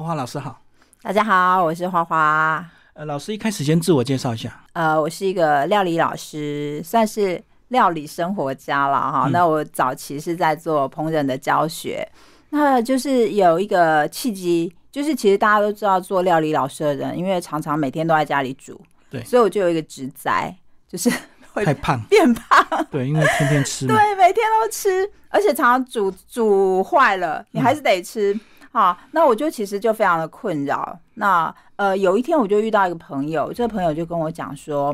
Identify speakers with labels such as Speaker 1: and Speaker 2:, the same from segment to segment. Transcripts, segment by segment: Speaker 1: 花花老师好，
Speaker 2: 大家好，我是花花。
Speaker 1: 呃，老师一开始先自我介绍一下。
Speaker 2: 呃，我是一个料理老师，算是料理生活家了哈。
Speaker 1: 嗯
Speaker 2: 那我早期是在做烹饪的教学，那就是有一个契机，就是其实大家都知道做料理老师的人，因为常常每天都在家里煮，
Speaker 1: 对
Speaker 2: 所以我就有一个职灾，就是 会
Speaker 1: 太胖，
Speaker 2: 变胖，
Speaker 1: 对，因为天天吃嘛。
Speaker 2: 对，每天都吃，而且常常煮煮坏了，你还是得吃。
Speaker 1: 嗯
Speaker 2: 好，那我就其实就非常的困扰。那呃，有一天我就遇到一个朋友，这个朋友就跟我讲说：“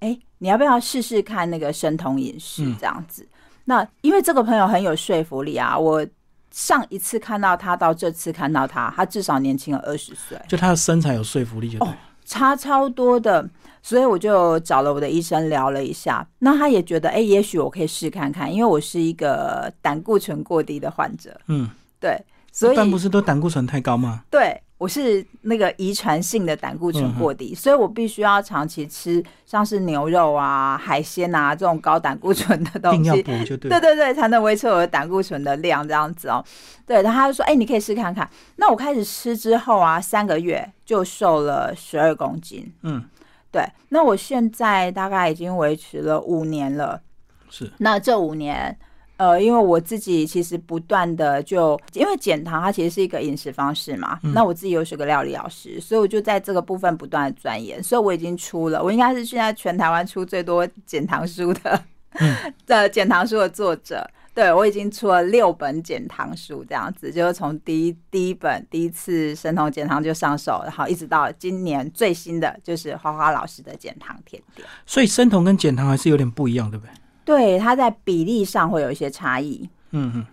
Speaker 2: 哎、你要不要试试看那个生酮饮食
Speaker 1: 嗯
Speaker 2: 这样子？”那因为这个朋友很有说服力啊，我上一次看到他到这次看到他，他至少年轻了二十岁。
Speaker 1: 就他的身材有说服力就对。
Speaker 2: 哦差超多的，所以我就找了我的医生聊了一下。那他也觉得，哎、也许我可以试看看，因为我是一个胆固醇过低的患者，
Speaker 1: 嗯，
Speaker 2: 对，所
Speaker 1: 一般不
Speaker 2: 以
Speaker 1: 是都胆固醇太高吗？
Speaker 2: 对我是那个遗传性的胆固醇过
Speaker 1: 嗯
Speaker 2: 低，所以我必须要长期吃像是牛肉啊、海鲜啊这种高胆固醇的
Speaker 1: 一定
Speaker 2: 东
Speaker 1: 要
Speaker 2: 西，
Speaker 1: 补就对。
Speaker 2: 对对对，才能维持我的胆固醇的量这样子哦。对，然后他就说，哎、你可以试看看。那我开始吃之后啊，三个月就瘦了十二公斤。
Speaker 1: 嗯，
Speaker 2: 对，那我现在大概已经维持了五年了。
Speaker 1: 是
Speaker 2: 那这五年，呃，因为我自己其实不断的就，因为减糖它其实是一个饮食方式嘛，
Speaker 1: 嗯
Speaker 2: 那我自己又是个料理老师，所以我就在这个部分不断的钻研，所以我已经出了，我应该是现在全台湾出最多减糖书的、
Speaker 1: 嗯
Speaker 2: 的减糖书的作者。对，我已经出了六本减糖书，这样子，就是从第一第一本第一次生酮减糖就上手，然后一直到今年最新的就是花花老师的减糖甜点。
Speaker 1: 所以生酮跟减糖还是有点不一样，对不对？
Speaker 2: 对，它在比例上会有一些差异。
Speaker 1: 嗯嗯，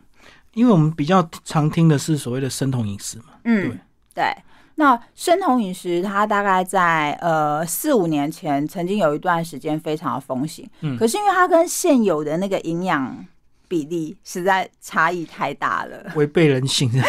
Speaker 1: 因为我们比较常听的是所谓的生酮饮食嘛。
Speaker 2: 嗯，对。那生酮饮食，它大概在呃四五年前曾经有一段时间非常的风行，
Speaker 1: 嗯
Speaker 2: 可是因为它跟现有的那个营养比例实在差异太大了，
Speaker 1: 违背人性， 对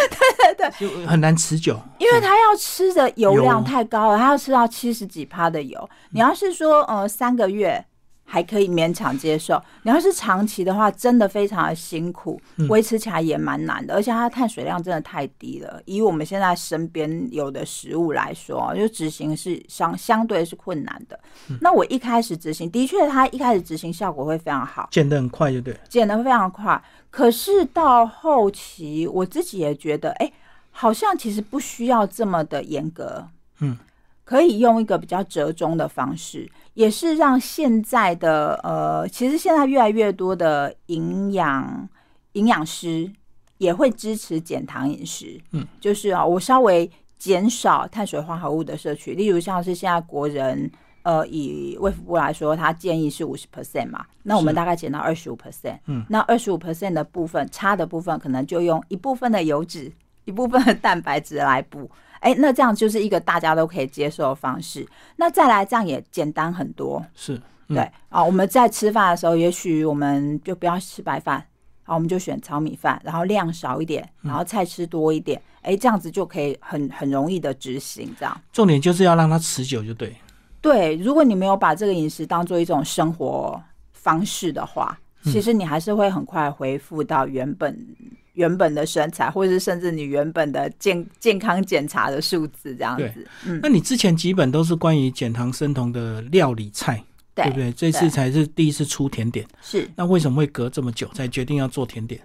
Speaker 1: 对对，就很难持久。
Speaker 2: 因为它要吃的油量
Speaker 1: 油嗯
Speaker 2: 太高了，它要吃到七十几趴的油。你要是说呃三个月还可以勉强接受，你要是长期的话，真的非常的辛苦
Speaker 1: 嗯，
Speaker 2: 维持起来也蛮难的。而且它的碳水量真的太低了，以我们现在身边有的食物来说，就执行是相相对是困难的。
Speaker 1: 嗯
Speaker 2: 那我一开始执行，的确它一开始执行效果会非常好。
Speaker 1: 减得很快就对了。
Speaker 2: 减得非常快。可是到后期，我自己也觉得，哎、好像其实不需要这么的严格，
Speaker 1: 嗯，
Speaker 2: 可以用一个比较折中的方式，也是让现在的呃，其实现在越来越多的营养营养师也会支持减糖饮食，
Speaker 1: 嗯，
Speaker 2: 就是啊，我稍微减少碳水化合物的摄取，例如像是现在国人。呃，以卫福部来说，他建议是五十 percent 嘛，那我们
Speaker 1: 是
Speaker 2: 大概减到二十五 percent，
Speaker 1: 嗯，
Speaker 2: 那二十五 percent 的部分差的部分，可能就用一部分的油脂、一部分的蛋白质来补，哎，那这样就是一个大家都可以接受的方式。那再来，这样也简单很多，
Speaker 1: 是，嗯
Speaker 2: 对啊、我们在吃饭的时候，也许我们就不要吃白饭，啊，我们就选糙米饭，然后量少一点，然后菜吃多一点，哎、这样子就可以很很容易的执行这样。
Speaker 1: 重点就是要让它持久就对了。
Speaker 2: 对，如果你没有把这个饮食当做一种生活方式的话，其实你还是会很快恢复到原本原本的身材，或者是甚至你原本的健健康检查的数字这样
Speaker 1: 对
Speaker 2: 子。嗯，
Speaker 1: 那你之前几本都是关于减糖生酮的料理菜，
Speaker 2: 对，
Speaker 1: 不对？这次
Speaker 2: 对
Speaker 1: 才是第一次出甜点，
Speaker 2: 是。
Speaker 1: 那为什么会隔这么久才决定要做甜点？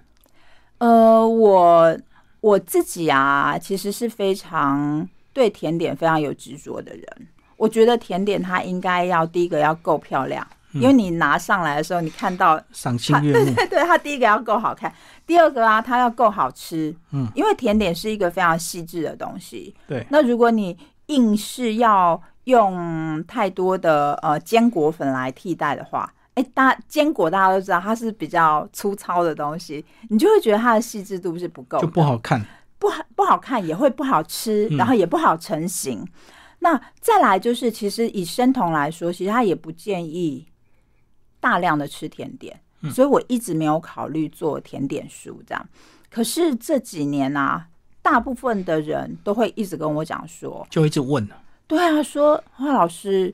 Speaker 2: 呃，我我自己啊，其实是非常对甜点非常有执着的人。我觉得甜点它应该要第一个要够漂亮，因为你拿上来的时候，你看到
Speaker 1: 赏心悦目，
Speaker 2: 对对，它第一个要够好看，第二个啊，它要够好吃。
Speaker 1: 嗯，
Speaker 2: 因为甜点是一个非常细致的东西。
Speaker 1: 对
Speaker 2: 那如果你硬是要用太多的呃坚果粉来替代的话，哎，大坚果大家都知道它是比较粗糙的东西，你就会觉得它的细致度是不够
Speaker 1: 就
Speaker 2: 的，
Speaker 1: 不好看。
Speaker 2: 不好不好看，也会不好吃，
Speaker 1: 嗯
Speaker 2: 然后也不好成型。那再来就是，其实以生酮来说，其实他也不建议大量的吃甜点，所以我一直没有考虑做甜点书这样。可是这几年啊，大部分的人都会一直跟我讲说，
Speaker 1: 就一直问，
Speaker 2: 对啊，说花老师，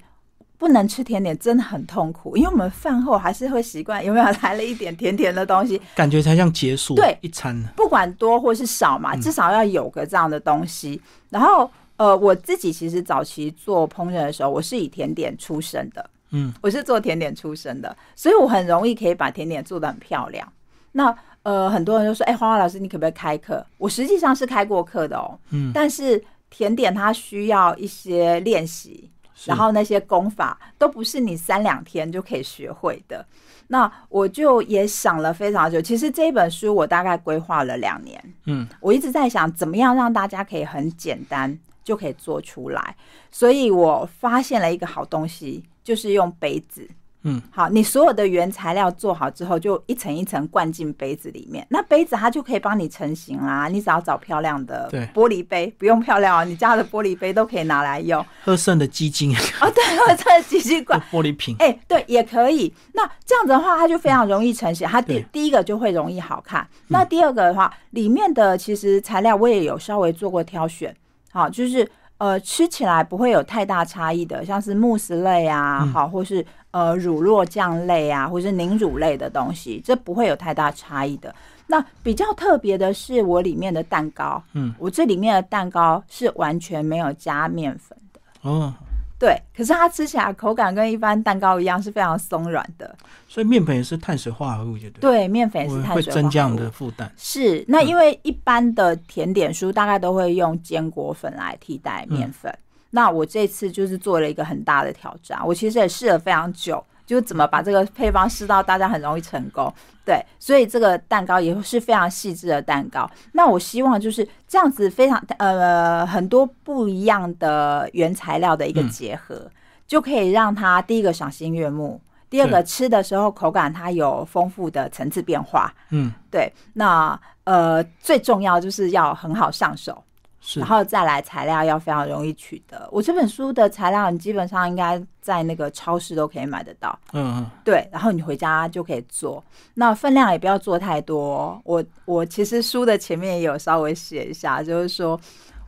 Speaker 2: 不能吃甜点真的很痛苦，因为我们饭后还是会习惯有没有来了一点甜甜的东西，
Speaker 1: 感觉才像结束
Speaker 2: 对
Speaker 1: 一餐呢。
Speaker 2: 不管多或是少
Speaker 1: 嗯
Speaker 2: 嘛，至少要有个这样的东西。然后呃，我自己其实早期做烹饪的时候，我是以甜点出身的，
Speaker 1: 嗯，
Speaker 2: 我是做甜点出身的，所以我很容易可以把甜点做得很漂亮。那呃，很多人就说，哎、花花老师，你可不可以开课？我实际上是开过课的哦，
Speaker 1: 嗯
Speaker 2: 但是甜点它需要一些练习，
Speaker 1: 是
Speaker 2: 然后那些功法都不是你三两天就可以学会的。那我就也想了非常久，其实这本书我大概规划了两年，
Speaker 1: 嗯，
Speaker 2: 我一直在想怎么样让大家可以很简单就可以做出来，所以我发现了一个好东西，就是用杯子。
Speaker 1: 嗯，
Speaker 2: 好，你所有的原材料做好之后，就一层一层灌进杯子里面。那杯子它就可以帮你成型啦，你只要找漂亮的
Speaker 1: 对
Speaker 2: 玻璃杯，不用漂亮哦，你家的玻璃杯都可以拿来用。
Speaker 1: 喝剩的鸡 精
Speaker 2: 哦，对，我这奇奇怪，
Speaker 1: 玻璃瓶，
Speaker 2: 哎、对，也可以。那这样子的话，它就非常容易成型。它第
Speaker 1: 对嗯
Speaker 2: 第一个就会容易好看。那第二个的话，里面的其实材料我也有稍微做过挑选，好，就是呃吃起来不会有太大差异的，像是慕斯类啊，
Speaker 1: 嗯
Speaker 2: 好，或是呃乳酪酱类啊，或是凝乳类的东西，这不会有太大差异的。那比较特别的是我里面的蛋糕，
Speaker 1: 嗯，
Speaker 2: 我这里面的蛋糕是完全没有加面粉。
Speaker 1: 哦，
Speaker 2: 对，可是它吃起来口感跟一般蛋糕一样，是非常松软的。
Speaker 1: 所以面粉也是碳水化合物，就对。
Speaker 2: 哎对，面粉也是
Speaker 1: 会
Speaker 2: 碳
Speaker 1: 会
Speaker 2: 水
Speaker 1: 增加我
Speaker 2: 化合
Speaker 1: 们
Speaker 2: 物
Speaker 1: 的负担。
Speaker 2: 是，那因为一般的甜点书大概都会用坚果粉来替代面粉。那我这次就是做了一个很大的挑战，我其实也试了非常久，就是怎么把这个配方试到大家很容易成功。对，所以这个蛋糕也是非常细致的蛋糕。那我希望就是这样子，非常呃很多不一样的原材料的一个
Speaker 1: 嗯
Speaker 2: 结合，就可以让它第一个赏心悦目，第二
Speaker 1: 对
Speaker 2: 个吃的时候口感它有丰富的层次变化。
Speaker 1: 嗯，
Speaker 2: 对，那呃，最重要就是要很好上手，
Speaker 1: 是
Speaker 2: 然后再来材料要非常容易取得。我这本书的材料，你基本上应该在那个超市都可以买得到。
Speaker 1: 嗯嗯，
Speaker 2: 对，然后你回家就可以做。那分量也不要做太多哦、我我其实书的前面也有稍微写一下，就是说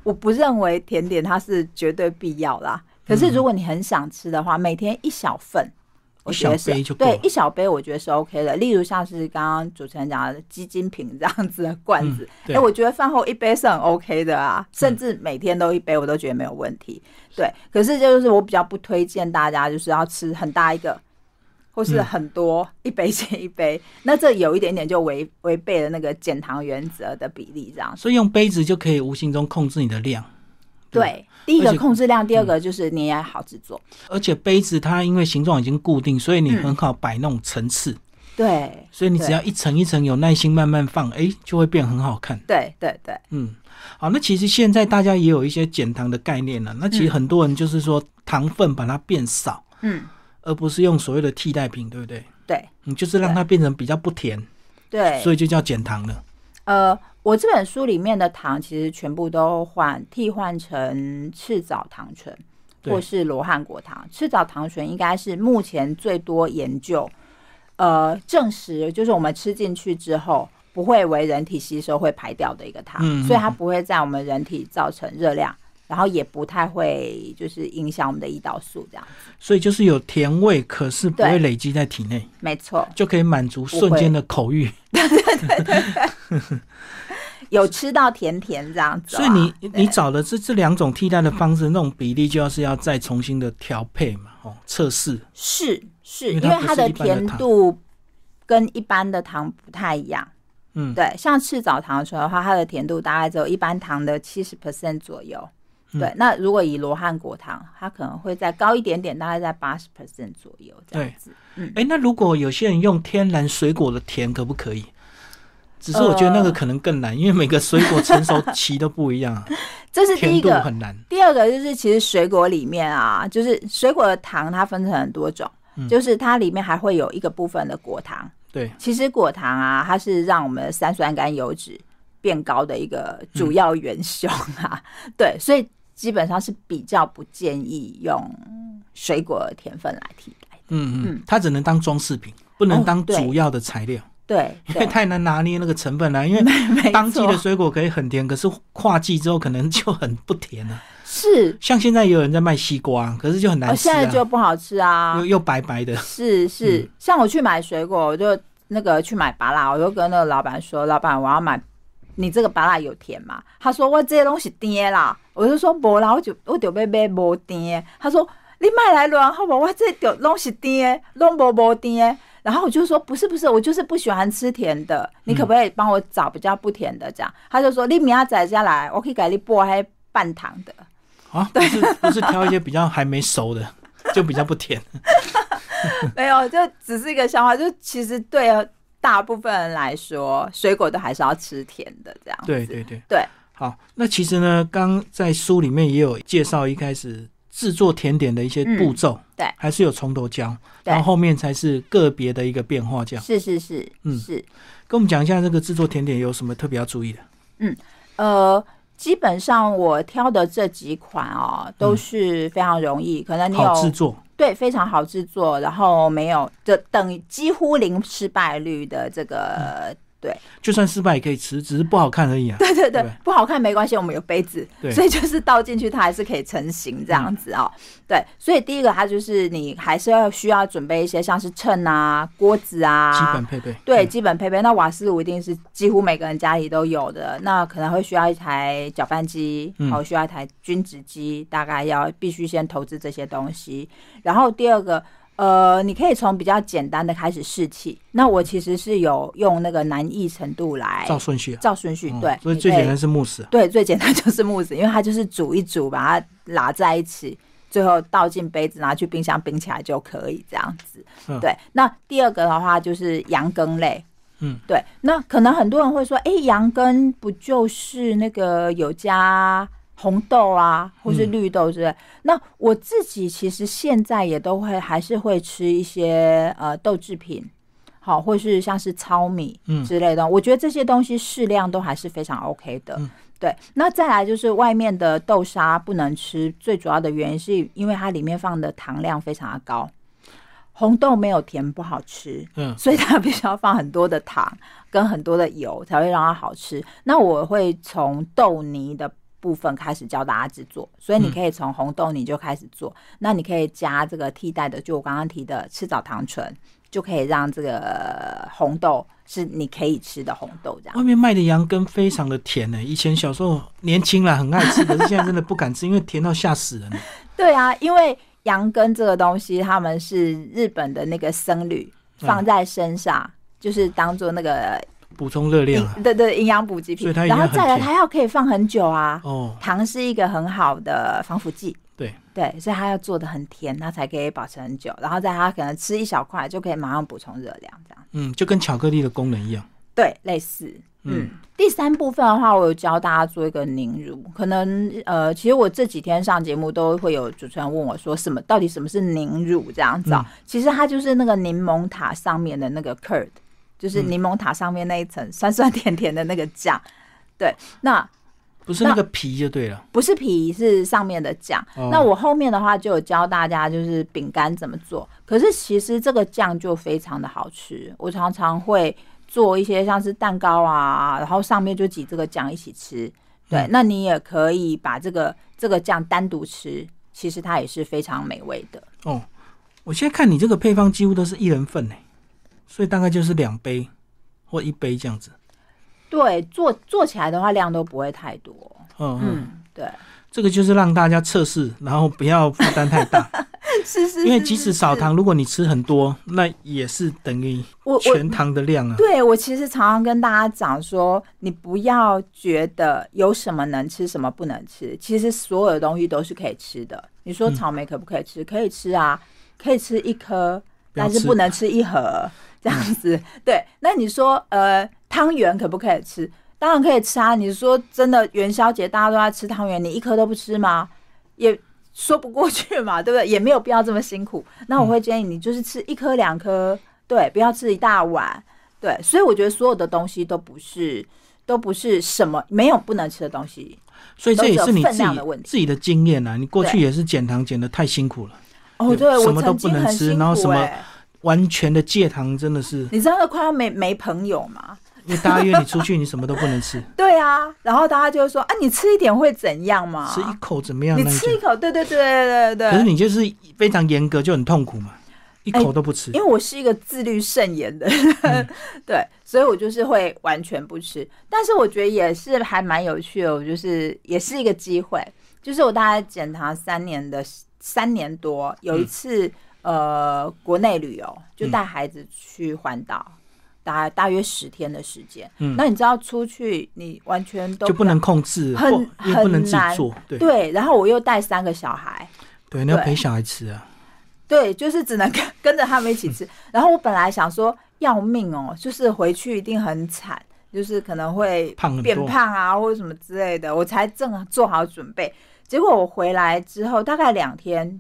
Speaker 2: 我不认为甜点它是绝对必要啦。可
Speaker 1: 嗯
Speaker 2: 是如果你很想吃的话，每天一小份，我觉得
Speaker 1: 一
Speaker 2: 是
Speaker 1: 小杯就够了
Speaker 2: 对一小杯，我觉得是 OK 的。例如像是刚刚主持人讲的鸡精品这样子的罐子，哎、
Speaker 1: 对嗯
Speaker 2: 我觉得饭后一杯是很 OK 的啊，甚至每天都一杯，我都觉得没有问题。对，可是就是我比较不推荐大家就是要吃很大一个，或
Speaker 1: 嗯
Speaker 2: 是很多、一杯接一杯，那这有一点点就违违背了那个减糖原则的比例这样子。
Speaker 1: 所以用杯子就可以无形中控制你的量。对
Speaker 2: 对，第一个
Speaker 1: 而且嗯
Speaker 2: 控制量，第二个就是你也好制作。
Speaker 1: 而且杯子它因为形状已经固定，所以你
Speaker 2: 嗯
Speaker 1: 很好摆弄层次，
Speaker 2: 对
Speaker 1: 所以你只要一层一层有耐心慢慢放，哎、就会变很好看。
Speaker 2: 对对对，
Speaker 1: 嗯，好，那其实现在大家也有一些减糖的概念了。那其实很多人就是说糖分把它变少，
Speaker 2: 嗯，
Speaker 1: 而不是用所谓的替代品，对不对？
Speaker 2: 对
Speaker 1: 你就是让它变成比较不甜，
Speaker 2: 对。
Speaker 1: 所以就叫减糖了。
Speaker 2: 呃，我这本书里面的糖其实全部都换替换成赤藻糖醇
Speaker 1: 对
Speaker 2: 或是罗汉果糖。赤藻糖醇应该是目前最多研究，呃，证实就是我们吃进去之后。不会为人体吸收，会排掉的一个糖，
Speaker 1: 嗯嗯
Speaker 2: 所以它不会在我们人体造成热量，然后也不太会就是影响我们的胰岛素这样子。
Speaker 1: 所以就是有甜味，可是不
Speaker 2: 对
Speaker 1: 会累积在体内，
Speaker 2: 没错，
Speaker 1: 就可以满足瞬间的口欲。
Speaker 2: 有吃到甜甜这样子啊、
Speaker 1: 所以你
Speaker 2: 对
Speaker 1: 你找的这这两种替代的方式，那种比例就要是要再重新的调配嘛，哦，测试。
Speaker 2: 是是，
Speaker 1: 因
Speaker 2: 因
Speaker 1: 为
Speaker 2: 为
Speaker 1: 它不
Speaker 2: 它
Speaker 1: 是
Speaker 2: 的
Speaker 1: 一般的
Speaker 2: 甜
Speaker 1: 糖
Speaker 2: 度跟一般的糖不太一样。
Speaker 1: 嗯
Speaker 2: 对，像赤藻糖醇的话，它的甜度大概只有一般糖的七十 percent 左右。
Speaker 1: 嗯
Speaker 2: 对，那如果以罗汉果糖，它可能会再高一点点，大概在八十 percent 左右这样
Speaker 1: 对
Speaker 2: 子。嗯
Speaker 1: 哎、那如果有些人用天然水果的甜，可不可以？只是我觉得那个可能更难，因为每个水果成熟期都不一样啊，
Speaker 2: 这是 第
Speaker 1: 甜
Speaker 2: 一
Speaker 1: 度
Speaker 2: 个，
Speaker 1: 很难。
Speaker 2: 第二个就是，其实水果里面啊，就是水果的糖它分成很多种，
Speaker 1: 嗯
Speaker 2: 就是它里面还会有一个部分的果糖。
Speaker 1: 对，
Speaker 2: 其实果糖啊，它是让我们的三酸甘油脂变高的一个主要元凶啊。
Speaker 1: 嗯
Speaker 2: 对，所以基本上是比较不建议用水果的甜分来替代。
Speaker 1: 嗯嗯，它只能当装饰品，不能
Speaker 2: 嗯哦
Speaker 1: 当
Speaker 2: 对
Speaker 1: 主要的材料。
Speaker 2: 对，
Speaker 1: 因为
Speaker 2: 对
Speaker 1: 太难拿捏那个成本了、因为
Speaker 2: 没
Speaker 1: 当季
Speaker 2: 错
Speaker 1: 的水果可以很甜，可是跨季之后可能就很不甜了、
Speaker 2: 是
Speaker 1: 像现在也有人在卖西瓜，可是就哦很难
Speaker 2: 哦，
Speaker 1: 吃
Speaker 2: 现在
Speaker 1: 啊，
Speaker 2: 就不好吃啊
Speaker 1: 又。又白白的。
Speaker 2: 是是，像我去买水果，我就那个去买芭拉，我就跟那个老板说：“老板，我要买你这个芭拉有甜吗？”他说：“我这些东西甜啦。”我就说：“无啦，我就我就要买无甜。”他说：“你买来乱好不好？我这有东西甜，拢无无甜。”然后我就说：“不是不是，我就是不喜欢吃甜的，你可不可以帮我找比较不甜的？”这样，他就说：“你明仔载下来，我可以给你剥还半糖的。”
Speaker 1: 啊，不是不是挑一些比较还没熟的，就比较不甜。
Speaker 2: 没有，就只是一个笑话。就其实对呃大部分人来说，水果都还是要吃甜的，这样子。
Speaker 1: 对对对
Speaker 2: 对。
Speaker 1: 好，那其实呢，刚在书里面也有介绍，一开始制作甜点的一些步骤、
Speaker 2: 嗯对
Speaker 1: 还是有从头教，
Speaker 2: 对
Speaker 1: 然后后面才是个别的一个变化，这样。
Speaker 2: 是是是，
Speaker 1: 嗯
Speaker 2: 是
Speaker 1: 跟我们讲一下这个制作甜点有什么特别要注意的？
Speaker 2: 呃。基本上我挑的这几款哦，都
Speaker 1: 嗯
Speaker 2: 是非常容易，可能你
Speaker 1: 好制
Speaker 2: 有
Speaker 1: 作，
Speaker 2: 对非常好制作，然后没有就等几乎零失败率的这
Speaker 1: 嗯
Speaker 2: 个，
Speaker 1: 就算失败也可以吃，只是不好看而已啊。
Speaker 2: 对对对
Speaker 1: 对，
Speaker 2: 不好看没关系，我们有杯子，
Speaker 1: 对嗯
Speaker 2: 所以就是倒进去它还是可以成型这样子哦。对，所以第一个它就是你还是要需要准备一些像是秤啊、锅子啊，
Speaker 1: 基本配备。
Speaker 2: 对，
Speaker 1: 嗯
Speaker 2: 基本配备。那瓦斯炉一定是几乎每个人家里都有的，那可能会需要一台搅拌机，
Speaker 1: 嗯
Speaker 2: 好、需要一台均值机，大概要必须先投资这些东西。然后第二个，呃，你可以从比较简单的开始试起。那我其实是有用那个难易程度来
Speaker 1: 照顺序啊。
Speaker 2: 照顺序，
Speaker 1: 嗯
Speaker 2: 对，
Speaker 1: 所以
Speaker 2: 你
Speaker 1: 最
Speaker 2: 可
Speaker 1: 简单是慕斯。
Speaker 2: 对，最简单 就是木子，因为它就是煮一煮，把它拉在一起，最后倒进杯子，拿去冰箱冰起来就可以这样子。
Speaker 1: 嗯
Speaker 2: 对，那第二个的话就是羊羹类。
Speaker 1: 嗯，
Speaker 2: 对，那可能很多人会说，哎、羊羹不就是那个有加红豆啊，或是
Speaker 1: 嗯
Speaker 2: 绿豆之类？那我自己其实现在也都会，还是会吃一些呃豆制品，好，或是像是糙米，
Speaker 1: 嗯，
Speaker 2: 之类的，我觉得这些东西适量都还是非常 OK 的。
Speaker 1: 嗯
Speaker 2: 对，那再来就是外面的豆沙不能吃，最主要的原因是因为它里面放的糖量非常的高，红豆没有甜不好吃，
Speaker 1: 嗯，
Speaker 2: 所以它必须要放很多的糖跟很多的油才会让它好吃。那我会从豆泥的部分开始教大家制作，所以你
Speaker 1: 嗯
Speaker 2: 可以从红豆泥就开始做。那你可以加这个替代的，就我刚刚提的赤藻糖醇，就可以让这个红豆是你可以吃的红豆这样。
Speaker 1: 外面卖的羊羹非常的甜呢、以前小时候年轻啦，很爱吃，可是现在真的不敢吃，因为甜到吓死人了。
Speaker 2: 对啊，因为羊羹这个东西，他们是日本的那个僧侣
Speaker 1: 嗯
Speaker 2: 放在身上，就是当做那个
Speaker 1: 补充热量啊。
Speaker 2: 营对对营养补给
Speaker 1: 所
Speaker 2: 品
Speaker 1: 以它，一定
Speaker 2: 然后
Speaker 1: 要很
Speaker 2: 再来
Speaker 1: 甜
Speaker 2: 它要可以放很久啊。
Speaker 1: 哦，
Speaker 2: 糖是一个很好的防腐剂，
Speaker 1: 对
Speaker 2: 对，所以它要做的很甜，它才可以保持很久。然后在它可能吃一小块就可以马上补充热量，这样
Speaker 1: 嗯，就跟巧克力的功能一样。
Speaker 2: 对，类似。嗯，第三部分的话，我有教大家做一个凝乳。可能呃，其实我这几天上节目都会有主持人问我说，什么到底什么是凝乳这样子啊、其实它就是那个柠檬塔上面的那个 curd，就是
Speaker 1: 嗯
Speaker 2: 柠檬塔上面那一层酸酸甜甜的那个酱。对，那
Speaker 1: 不是那个皮就对了。
Speaker 2: 不是皮，是上面的酱。
Speaker 1: 哦
Speaker 2: 那我后面的话就有教大家，就是饼干怎么做。可是其实这个酱就非常的好吃，我常常会做一些像是蛋糕啊，然后上面就挤这个酱一起吃。对，
Speaker 1: 嗯
Speaker 2: 那你也可以把这个这个酱单独吃，其实它也是非常美味的。
Speaker 1: 哦，我现在看你这个配方几乎都是一人份呢、所以大概就是两杯或一杯这样子。
Speaker 2: 对，做做起来的话量都不会太多。
Speaker 1: 嗯嗯，
Speaker 2: 嗯，对，
Speaker 1: 这个就是让大家测试，然后不要负担太大，
Speaker 2: 是 是
Speaker 1: 因为
Speaker 2: 是
Speaker 1: 即
Speaker 2: 是
Speaker 1: 使少
Speaker 2: 是
Speaker 1: 糖，如果你吃很多，那也是等于
Speaker 2: 我嗯我
Speaker 1: 全糖的量啊。
Speaker 2: 对我其实常常跟大家讲说，你不要觉得有什么能吃，什么不能吃，其实所有的东西都是可以吃的。你说
Speaker 1: 嗯
Speaker 2: 草莓可不可以吃？可以吃啊，可以吃一颗，
Speaker 1: 不要
Speaker 2: 但是
Speaker 1: 吃
Speaker 2: 不能吃一 盒这样子。对，那你说呃，汤圆可不可以吃？当然可以吃啊。你说真的，元宵节大家都在吃汤圆，你一颗都不吃吗？也说不过去嘛， 对不对？也没有必要这么辛苦。那我会建议你就是吃一颗两颗，对，不要吃一大碗，对。所以我觉得所有的东西都不是都不是什么没有不能吃的东西，
Speaker 1: 所以这也是你
Speaker 2: 都
Speaker 1: 自己
Speaker 2: 是有分量的问题
Speaker 1: 自己的经验啊。你过去
Speaker 2: 对
Speaker 1: 也是减糖减的太辛苦了，
Speaker 2: 哦，
Speaker 1: 对
Speaker 2: 对，
Speaker 1: 什
Speaker 2: 我
Speaker 1: 么都
Speaker 2: 曾
Speaker 1: 不
Speaker 2: 经
Speaker 1: 能
Speaker 2: 很
Speaker 1: 吃
Speaker 2: 辛
Speaker 1: 然后
Speaker 2: 苦
Speaker 1: 什么
Speaker 2: 欸
Speaker 1: 完全的戒糖真的是，
Speaker 2: 你知道那快要没没朋友吗？
Speaker 1: 因为大家约你出去，你什么都不能 吃，
Speaker 2: 对啊，然后大家就会说啊，你吃一点会怎样嘛？
Speaker 1: 吃一口怎么样？
Speaker 2: 你
Speaker 1: 那
Speaker 2: 吃一
Speaker 1: 就
Speaker 2: 口，对对对对对对。哎
Speaker 1: 可是你就是非常严格，就很痛苦嘛，一口都不吃
Speaker 2: 因。为我是一个自律慎言的人，
Speaker 1: 嗯
Speaker 2: 对，所以我就是会完全不吃。但是我觉得也是还蛮有趣的，我就是也是一个机会，就是我大概检查三年的三年多，有一次、
Speaker 1: 嗯
Speaker 2: 呃国内旅游，就带孩子去环岛。大大约十天的时间，
Speaker 1: 嗯
Speaker 2: 那你知道出去你完全都
Speaker 1: 就不
Speaker 2: 知道
Speaker 1: 能控制，
Speaker 2: 很
Speaker 1: 或也不能自
Speaker 2: 很难
Speaker 1: 己做，对
Speaker 2: 对，然后我又带三个小孩，
Speaker 1: 对，那要
Speaker 2: 对
Speaker 1: 陪小孩吃啊，
Speaker 2: 对，就是只能跟 跟着他们一起
Speaker 1: 嗯
Speaker 2: 吃。然后我本来想说，要命哦，就是回去一定很惨，就是可能会
Speaker 1: 胖很
Speaker 2: 变
Speaker 1: 多
Speaker 2: 胖啊，或者什么之类的，我才正做好准备。结果我回来之后，大概两天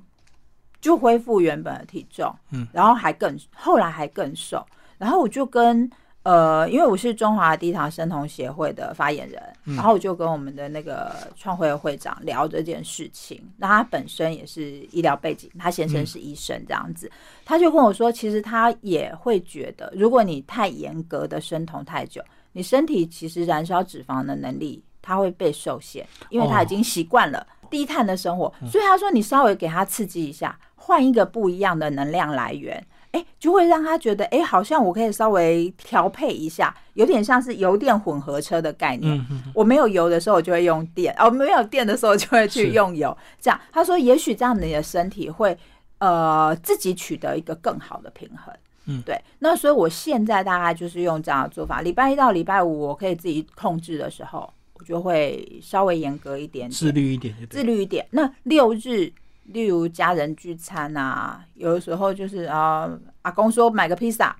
Speaker 2: 就恢复原本的体重，
Speaker 1: 嗯，
Speaker 2: 然后还更后来还更瘦。然后我就跟呃，因为我是中华低糖生酮协会的发言人，
Speaker 1: 嗯
Speaker 2: 然后我就跟我们的那个创会的会长聊这件事情。那他本身也是医疗背景，他先生是医生这样子，他就跟我说，其实他也会觉得，如果你太严格的生酮太久，你身体其实燃烧脂肪的能力它会被受限，因为他已经习惯了低碳的生活，所以他说你稍微给他刺激一下，换一个不一样的能量来源。哎，就会让他觉得，哎，好像我可以稍微调配一下，有点像是油电混合车的概念。
Speaker 1: 嗯嗯，嗯
Speaker 2: 我没有油的时候，我就会用电；哦，没有电的时候，就会去
Speaker 1: 是
Speaker 2: 用油。这样，他说，也许这样你的身体会呃自己取得一个更好的平衡。
Speaker 1: 嗯
Speaker 2: 对。那所以我现在大概就是用这样的做法，礼拜一到礼拜五我可以自己控制的时候，我就会稍微严格一点点，
Speaker 1: 自律一点就对
Speaker 2: 自。律一点。那六日，例如家人聚餐啊，有的时候就是啊、呃阿公说买个披萨，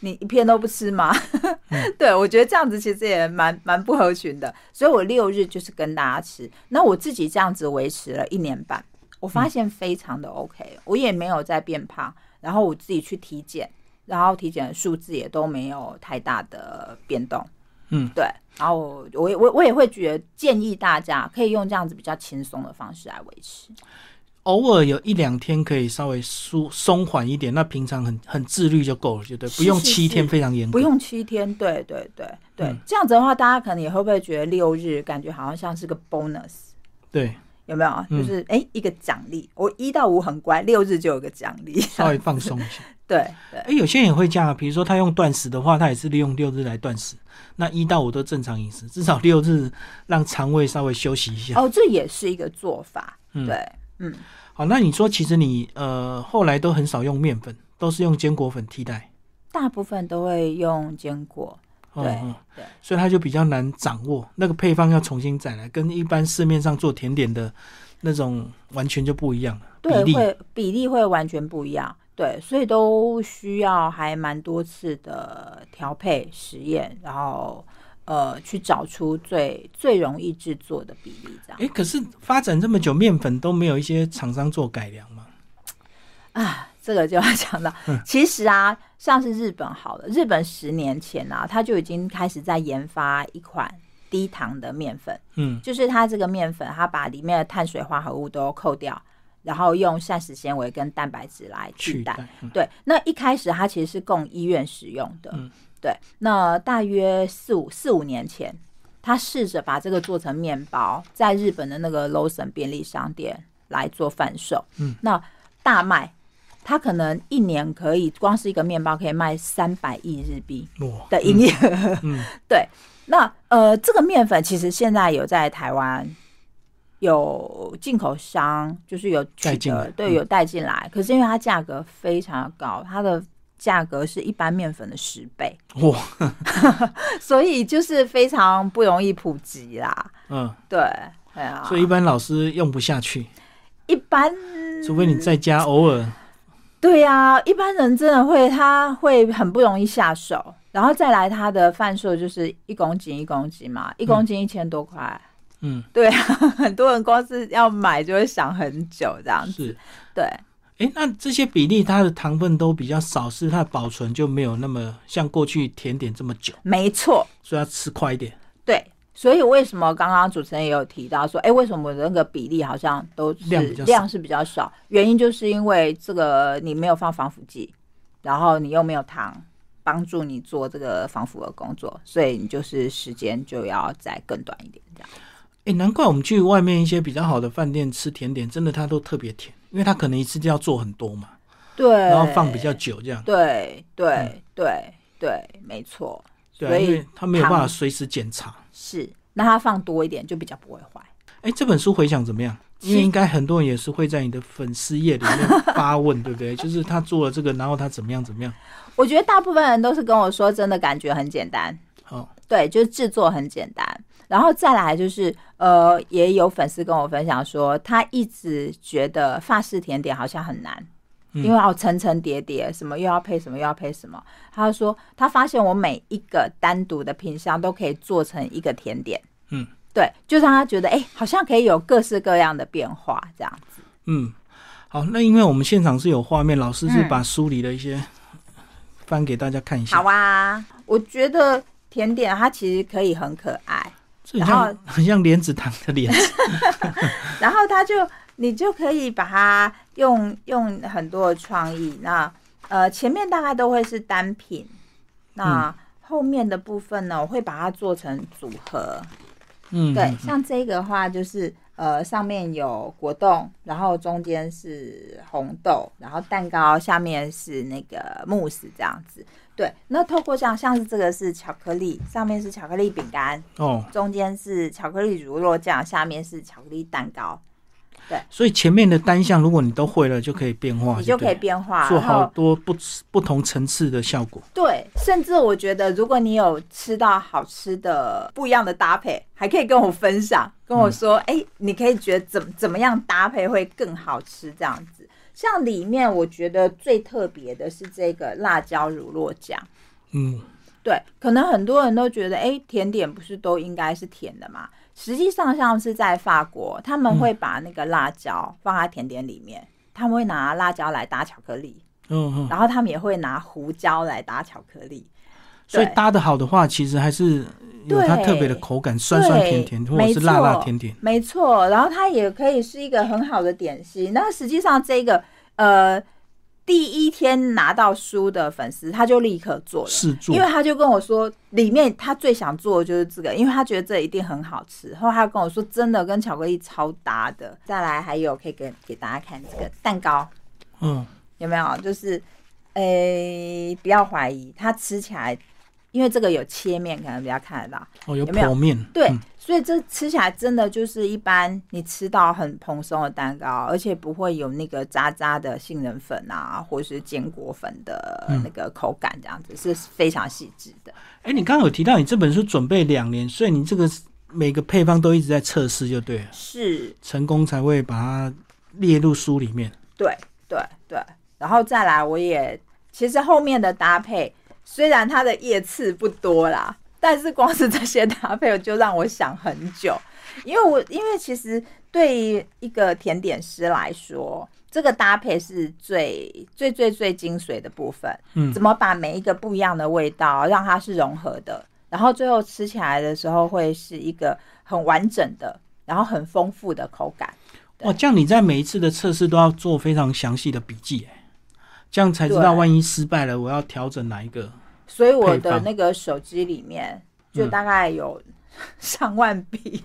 Speaker 2: 你一片都不吃吗？ 对，我觉得这样子其实也蛮蛮不合群的。所以我六日就是跟大家吃。那我自己这样子维持了一年半，我发现非常的 OK，、我也没有再变胖。然后我自己去体检，然后体检的数字也都没有太大的变动。
Speaker 1: 嗯，
Speaker 2: 对。然后我我也我我也会觉得建议大家可以用这样子比较轻松的方式来维持。
Speaker 1: 偶尔有一两天可以稍微舒松缓一点，那平常很很自律就够了，就对，
Speaker 2: 是
Speaker 1: 不用
Speaker 2: 是
Speaker 1: 七天
Speaker 2: 是
Speaker 1: 非常严格，
Speaker 2: 不用七天，对对对对，
Speaker 1: 嗯
Speaker 2: 这样子的话，大家可能也会不会觉得六日感觉好像像是个 bonus，
Speaker 1: 对，
Speaker 2: 有没有？
Speaker 1: 嗯
Speaker 2: 就是哎、诶一个奖励，我一到五很乖，六日就有个奖励。
Speaker 1: 稍微放松一下。
Speaker 2: 对对
Speaker 1: 哎、有些人也会这样啊，比如说他用断食的话，他也是利用六日来断食，那一到五都正常饮食，至少六日让肠胃稍微休息一下。
Speaker 2: 哦，这也是一个做法。
Speaker 1: 嗯
Speaker 2: 对，嗯，
Speaker 1: 好，那你说其实你呃后来都很少用面粉，都是用坚果粉替代，
Speaker 2: 大部分都会用坚果。
Speaker 1: 哦
Speaker 2: 对
Speaker 1: 哦
Speaker 2: 对
Speaker 1: 所以它就比较难掌握那个配方，要重新再来，跟一般市面上做甜点的那种完全就不一样了，比
Speaker 2: 对，
Speaker 1: 例
Speaker 2: 会比例会完全不一样。对，所以都需要还蛮多次的调配实验，然后呃去找出最最容易制作的比例，这样。
Speaker 1: 哎，可是发展这么久，面粉都没有一些厂商做改良吗？
Speaker 2: 啊，这个就要讲到，
Speaker 1: 嗯
Speaker 2: 其实啊，像是日本好了，日本十年前啊，它就已经开始在研发一款低糖的面粉，
Speaker 1: 嗯，
Speaker 2: 就是它这个面粉，它把里面的碳水化合物都扣掉，然后用膳食纤维跟蛋白质来
Speaker 1: 取
Speaker 2: 替代。
Speaker 1: 代，嗯
Speaker 2: 对，那一开始它其实是供医院使用的，
Speaker 1: 嗯
Speaker 2: 对。那大约四五四五年前，他试着把这个做成面包，在日本的那个 Lawson 便利商店来做贩售，
Speaker 1: 嗯，
Speaker 2: 那大卖，他可能一年可以光是一个面包可以卖三百亿日币
Speaker 1: 哇，
Speaker 2: 的营业额，
Speaker 1: 嗯
Speaker 2: 对。那呃，这个面粉其实现在有在台湾有进口商，就是有取
Speaker 1: 带进
Speaker 2: 得
Speaker 1: 来
Speaker 2: 对，
Speaker 1: 嗯
Speaker 2: 有带进来。可是因为它价格非常高，它的价格是一般面粉的十倍，
Speaker 1: 哇，
Speaker 2: 所以就是非常不容易普及啦。
Speaker 1: 嗯，
Speaker 2: 对，对啊，
Speaker 1: 所以一般老师用不下去，
Speaker 2: 一般
Speaker 1: 除非你在家偶尔，
Speaker 2: 对呀、一般人真的会，他会很不容易下手，然后再来它的贩售就是一公斤一公斤嘛，一公斤一千多块。
Speaker 1: 嗯，
Speaker 2: 对啊，很多人光是要买就会想很久这样子。
Speaker 1: 是。
Speaker 2: 对，
Speaker 1: 哎，那这些比例它的糖分都比较少，是它的保存就没有那么像过去甜点这么久，
Speaker 2: 没错，
Speaker 1: 所以要吃快一点。
Speaker 2: 对。所以为什么刚刚主持人也有提到说，哎，为什么那个比例好像都是
Speaker 1: 量比较少
Speaker 2: 是比较少？原因就是因为这个你没有放防腐剂，然后你又没有糖帮助你做这个防腐的工作，所以你就是时间就要再更短一点这样。
Speaker 1: 哎、难怪我们去外面一些比较好的饭店吃甜点，真的它都特别甜，因为它可能一次就要做很多嘛，
Speaker 2: 对，
Speaker 1: 然后放比较久这样。
Speaker 2: 对对、
Speaker 1: 嗯
Speaker 2: 对对，没错，
Speaker 1: 对
Speaker 2: 所
Speaker 1: 啊，
Speaker 2: 以
Speaker 1: 因为它没有办法
Speaker 2: 糖
Speaker 1: 随时检查。
Speaker 2: 是那它放多一点就比较不会坏。
Speaker 1: 哎、这本书回想怎么样？因为应该很多人也是会在你的粉丝页里面发问，对不对？就是他做了这个，然后他怎么样怎么样？
Speaker 2: 我觉得大部分人都是跟我说，真的感觉很简单，
Speaker 1: 好、
Speaker 2: 对，就是制作很简单。然后再来就是，呃，也有粉丝跟我分享说，他一直觉得法式甜点好像很难，
Speaker 1: 嗯
Speaker 2: 因为要层层叠叠，什么又要配什么又要配什么。他就说，他发现我每一个单独的品相都可以做成一个甜点，
Speaker 1: 嗯，
Speaker 2: 对，就让他觉得，哎、好像可以有各式各样的变化，这样子。
Speaker 1: 嗯，好，那因为我们现场是有画面，老师是把书里的一些翻给大家看一下。
Speaker 2: 嗯好啊，我觉得甜点它其实可以很可爱。
Speaker 1: 这很
Speaker 2: 然
Speaker 1: 像 很像莲子糖的 莲子，
Speaker 2: 然后它就你就可以把它用用很多的创意。那呃，前面大概都会是单品，那
Speaker 1: 嗯
Speaker 2: 后面的部分呢，我会把它做成组合。
Speaker 1: 嗯，
Speaker 2: 对，像这个的话就是。呃，上面有果冻，然后中间是红豆，然后蛋糕下面是那个慕斯这样子。对，那透过这样，像是这个是巧克力，上面是巧克力饼干，
Speaker 1: 哦，
Speaker 2: 中间是巧克力乳酪酱，下面是巧克力蛋糕，
Speaker 1: 所以前面的单项如果你都会了，就可以变化，
Speaker 2: 你就
Speaker 1: 哦对
Speaker 2: 可以变化，
Speaker 1: 做
Speaker 2: 然
Speaker 1: 好
Speaker 2: 后
Speaker 1: 多不不同层次的效果。
Speaker 2: 对，甚至我觉得，如果你有吃到好吃的不一样的搭配，还可以跟我分享，跟我说，
Speaker 1: 嗯
Speaker 2: 哎、你可以觉得怎怎么样搭配会更好吃这样子。像里面我觉得最特别的是这个辣椒乳酪酱，
Speaker 1: 嗯，
Speaker 2: 对，可能很多人都觉得，哎，甜点不是都应该是甜的嘛？实际上，像是在法国，他
Speaker 1: 嗯
Speaker 2: 们会把那个辣椒放在甜点里面，他们会拿辣椒来搭巧克力，
Speaker 1: 嗯嗯，
Speaker 2: 然后他们也会拿胡椒来搭巧克力。
Speaker 1: 所以搭的好的话，其实还是有它
Speaker 2: 对
Speaker 1: 特别的口感，酸酸甜甜，
Speaker 2: 对
Speaker 1: 或者是辣
Speaker 2: 没
Speaker 1: 辣
Speaker 2: 错
Speaker 1: 甜甜。
Speaker 2: 没错，然后它也可以是一个很好的点心。那实际上，这个呃，第一天拿到书的粉丝，他就立刻做了。
Speaker 1: 试做
Speaker 2: 因为他就跟我说，里面他最想做的就是这个，因为他觉得这一定很好吃。后来他跟我说，真的跟巧克力超搭的。再来还有可以给给大家看这个蛋糕，
Speaker 1: 嗯，
Speaker 2: 有没有？就是，诶、不要怀疑，它吃起来，因为这个有切面，可能比较看得到。
Speaker 1: 哦，有
Speaker 2: 有没有
Speaker 1: 剖面，
Speaker 2: 对，
Speaker 1: 嗯
Speaker 2: 所以这吃起来真的就是一般你吃到很蓬松的蛋糕，而且不会有那个渣渣的杏仁粉啊，或是坚果粉的那个口感，这样子、是非常细致的。
Speaker 1: 哎、你刚刚有提到你这本书准备两年，所以你这个每个配方都一直在测试，就对了，
Speaker 2: 是，
Speaker 1: 成功才会把它列入书里面。
Speaker 2: 对，对，对。然后再来，我也其实后面的搭配，虽然它的页次不多啦，但是光是这些搭配就让我想很久，因为我因为其实对于一个甜点师来说，这个搭配是最最最最精髓的部分。
Speaker 1: 嗯
Speaker 2: 怎么把每一个不一样的味道让它是融合的，然后最后吃起来的时候会是一个很完整的，然后很丰富的口感。对
Speaker 1: 哇，这样你在每一次的测试都要做非常详细的笔记、哎，这样才知道
Speaker 2: 对
Speaker 1: 万一失败了，我要调整哪一个。
Speaker 2: 所以我
Speaker 1: 配
Speaker 2: 的
Speaker 1: 方
Speaker 2: 那个手机里面
Speaker 1: 嗯
Speaker 2: 就大概有 上万笔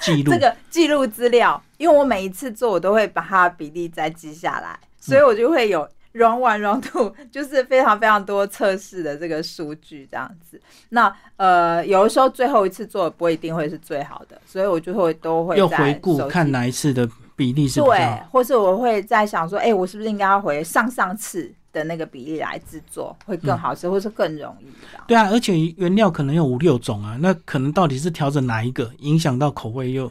Speaker 1: 记录
Speaker 2: 这个记录资料，因为我每一次做我都会把它的比例再记下来，
Speaker 1: 嗯
Speaker 2: 所以我就会有 round one、round two，就是 非常非常多测试的这个数据这样子。那呃，有的时候最后一次做的不一定会是最好的，所以我就会都会
Speaker 1: 要
Speaker 2: 在
Speaker 1: 回顾
Speaker 2: 手机
Speaker 1: 看哪一次的比例是比较
Speaker 2: 对
Speaker 1: 好，
Speaker 2: 或是我会在想说，哎、我是不是应该要回上上次的那个比例来制作，会
Speaker 1: 嗯
Speaker 2: 更好吃，或是更容易这样
Speaker 1: 对啊，而且原料可能有五六种啊，那可能到底是调整哪一个，影响到口味又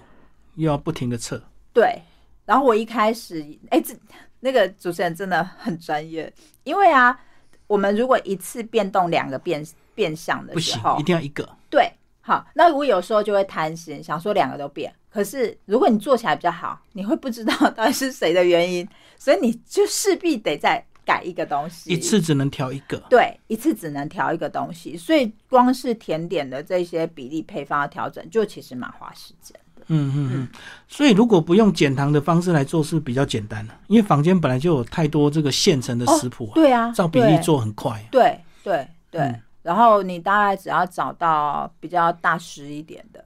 Speaker 1: 又要不停的测。
Speaker 2: 对，然后我一开始，哎、这那个主持人真的很专业，因为啊，我们如果一次变动两个变变相的
Speaker 1: 不
Speaker 2: 时
Speaker 1: 行，
Speaker 2: 候
Speaker 1: 一，定要一个。
Speaker 2: 对，好，那我有时候就会贪心，想说两个都变，可是如果你做起来比较好，你会不知道 到底是谁的原因，所以你就势必得再改一个东西，
Speaker 1: 一次只能调一个，
Speaker 2: 对，一次只能调一个东西，所以光是甜点的这些比例配方的调整，就其实蛮花时间的。
Speaker 1: 嗯嗯嗯，所以如果不用减糖的方式来做是比较简单的，因为坊间本来就有太多这个现成的食谱、啊，
Speaker 2: 对啊，
Speaker 1: 照比例做很快、啊。
Speaker 2: 对对对。
Speaker 1: 嗯
Speaker 2: 然后你大概只要找到比较大师一点的，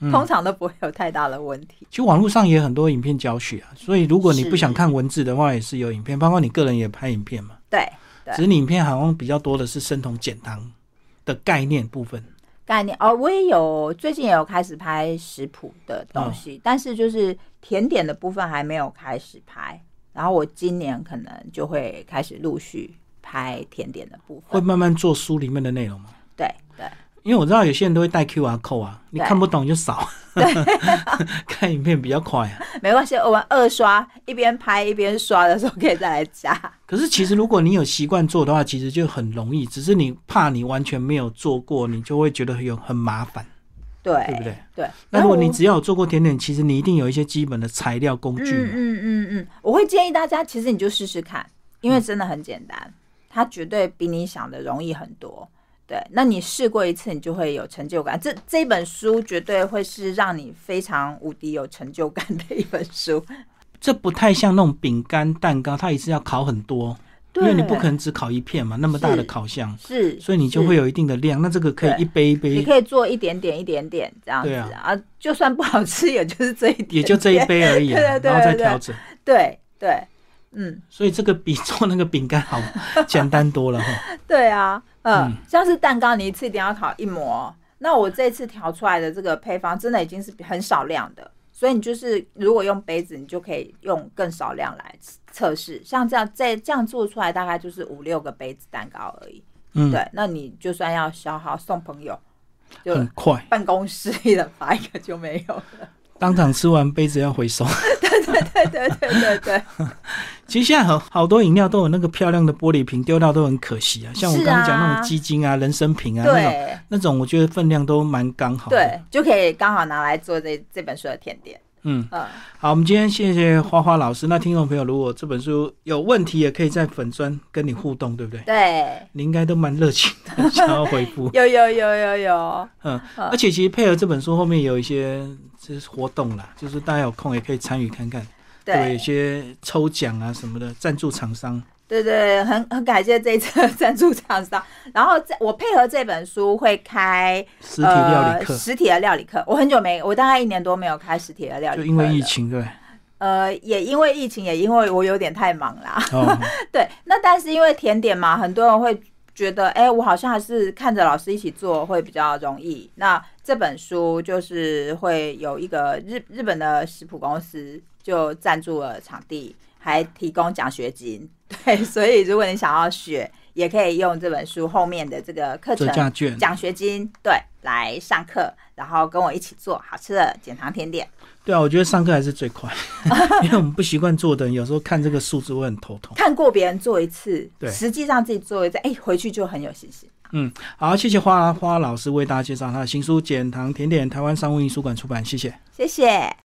Speaker 1: 嗯
Speaker 2: 通常都不会有太大的问题。
Speaker 1: 其实网络上也很多影片教学啊，所以如果你
Speaker 2: 是
Speaker 1: 不想看文字的话，也是有影片，包括你个人也拍影片嘛。
Speaker 2: 对，对
Speaker 1: 只是你影片好像比较多的是生酮减糖的概念部分。
Speaker 2: 概念哦，我也有最近也有开始拍食谱的东西，
Speaker 1: 嗯
Speaker 2: 但是就是甜点的部分还没有开始拍。然后我今年可能就会开始陆续拍甜点的部
Speaker 1: 会
Speaker 2: 分。
Speaker 1: 慢慢做书里面的内容吗？
Speaker 2: 对对
Speaker 1: 因为我知道有些人都会带 Q R code 啊，你
Speaker 2: 对
Speaker 1: 看不懂就扫， 看影片比较快啊。
Speaker 2: 没关系，我们二刷一边拍一边刷的时候可以再来加。
Speaker 1: 可是其实如果你有习惯做的话，其实就很容易，只是你怕你完全没有做过，你就会觉得有很麻烦，
Speaker 2: 对
Speaker 1: 对不对？
Speaker 2: 对
Speaker 1: 那如果你
Speaker 2: 哎然后我
Speaker 1: 只要有做过甜点，其实你一定有一些基本的材料工具
Speaker 2: 嗯
Speaker 1: 嘛。
Speaker 2: 嗯嗯嗯，我会建议大家，其实你就试试看，因为真的很简单，它绝对比你想的容易很多。对，那你试过一次，你就会有成就感。这这本书绝对会是让你非常无敌有成就感的一本书。
Speaker 1: 这不太像那种饼干、蛋糕，它一次要烤很多，因
Speaker 2: 对，
Speaker 1: 为你不可能只烤一片嘛，那么大的烤箱，
Speaker 2: 是，
Speaker 1: 所以你就会
Speaker 2: 有，
Speaker 1: 有一定的量。那这个可
Speaker 2: 对
Speaker 1: 以一杯一杯
Speaker 2: 你可以做一点点一点点这样子
Speaker 1: 对啊
Speaker 2: 就算不好吃，也就是这一点
Speaker 1: 也就这一
Speaker 2: 点
Speaker 1: 杯而已、啊，
Speaker 2: 对对对
Speaker 1: 然后再
Speaker 2: 对对
Speaker 1: 调整。
Speaker 2: 对对，嗯。
Speaker 1: 所以这个比做那个饼干 好简单多了哈。
Speaker 2: 对啊，嗯，
Speaker 1: 嗯
Speaker 2: 像是蛋糕，你一次一定要烤一模。那我这次调出来的这个配方，真的已经是很少量的，所以你就是如果用杯子，你就可以用更少量来测试。像这样这这样做出来，大概就是五六个杯子蛋糕而已。
Speaker 1: 嗯，
Speaker 2: 对，那你就算要消耗送朋友，就
Speaker 1: 很快，
Speaker 2: 办公室一人发一个就没 有了。
Speaker 1: 当场吃完杯子要回收。
Speaker 2: 对对对对对，
Speaker 1: 其实现在好好多饮料都有那个漂亮的玻璃瓶，丢掉都很可惜啊。像我
Speaker 2: 是啊
Speaker 1: 刚刚讲那种鸡精啊、人参瓶啊那种，
Speaker 2: 对
Speaker 1: 那种我觉得分量都蛮刚好的。
Speaker 2: 对，，就可以刚好拿来做这这本书的甜点。
Speaker 1: 嗯，
Speaker 2: 嗯，
Speaker 1: 好，我们今天谢谢花花老师。那听众朋友，如果这本书有问题，也可以在粉砖跟你互动，对不对？
Speaker 2: 对，
Speaker 1: 你
Speaker 2: 你
Speaker 1: 应该都蛮热情的， 想要回 复。
Speaker 2: 有有有有有，
Speaker 1: 嗯，
Speaker 2: 嗯
Speaker 1: 而且其实配合这本书后面有一些就是活动啦，就是大家有空也可以参与看看。对，有
Speaker 2: 对
Speaker 1: 些抽奖啊什么的，赞助厂商，
Speaker 2: 对对，很很感谢这一次的 赞助厂商。然后这我配合这本书会开
Speaker 1: 实体料理课
Speaker 2: 呃、，实体的料理课。我很久没，我大概一年多没有开实体的料理
Speaker 1: 就
Speaker 2: 课了，
Speaker 1: 因为疫情对，
Speaker 2: 呃，也因为疫情，也因为我有点太忙啦。
Speaker 1: 哦，
Speaker 2: 对，那但是因为甜点嘛，很多人会觉得，哎、我好像还是看着老师一起做会比较容易。那这本书就是会有一个日日本的食谱公司就赞助了场地，还提供奖学金。 对，所以如果你想要学，也可以用这本书后面的这个课
Speaker 1: 折
Speaker 2: 程
Speaker 1: 价券。
Speaker 2: 奖学金，对，来上课，然后跟我一起做好吃的减糖甜点。
Speaker 1: 对啊，我觉得上课还是最快， 因为我们不习惯做的人，有时候看这个数字会很头痛。
Speaker 2: 看过别人做一次，
Speaker 1: 对
Speaker 2: 实际上自己做一次，哎、回去就很有信心。
Speaker 1: 好，谢谢花花老师为大家介绍他的新书《减糖甜点》，台湾商务印书馆出版，谢谢。
Speaker 2: 谢谢。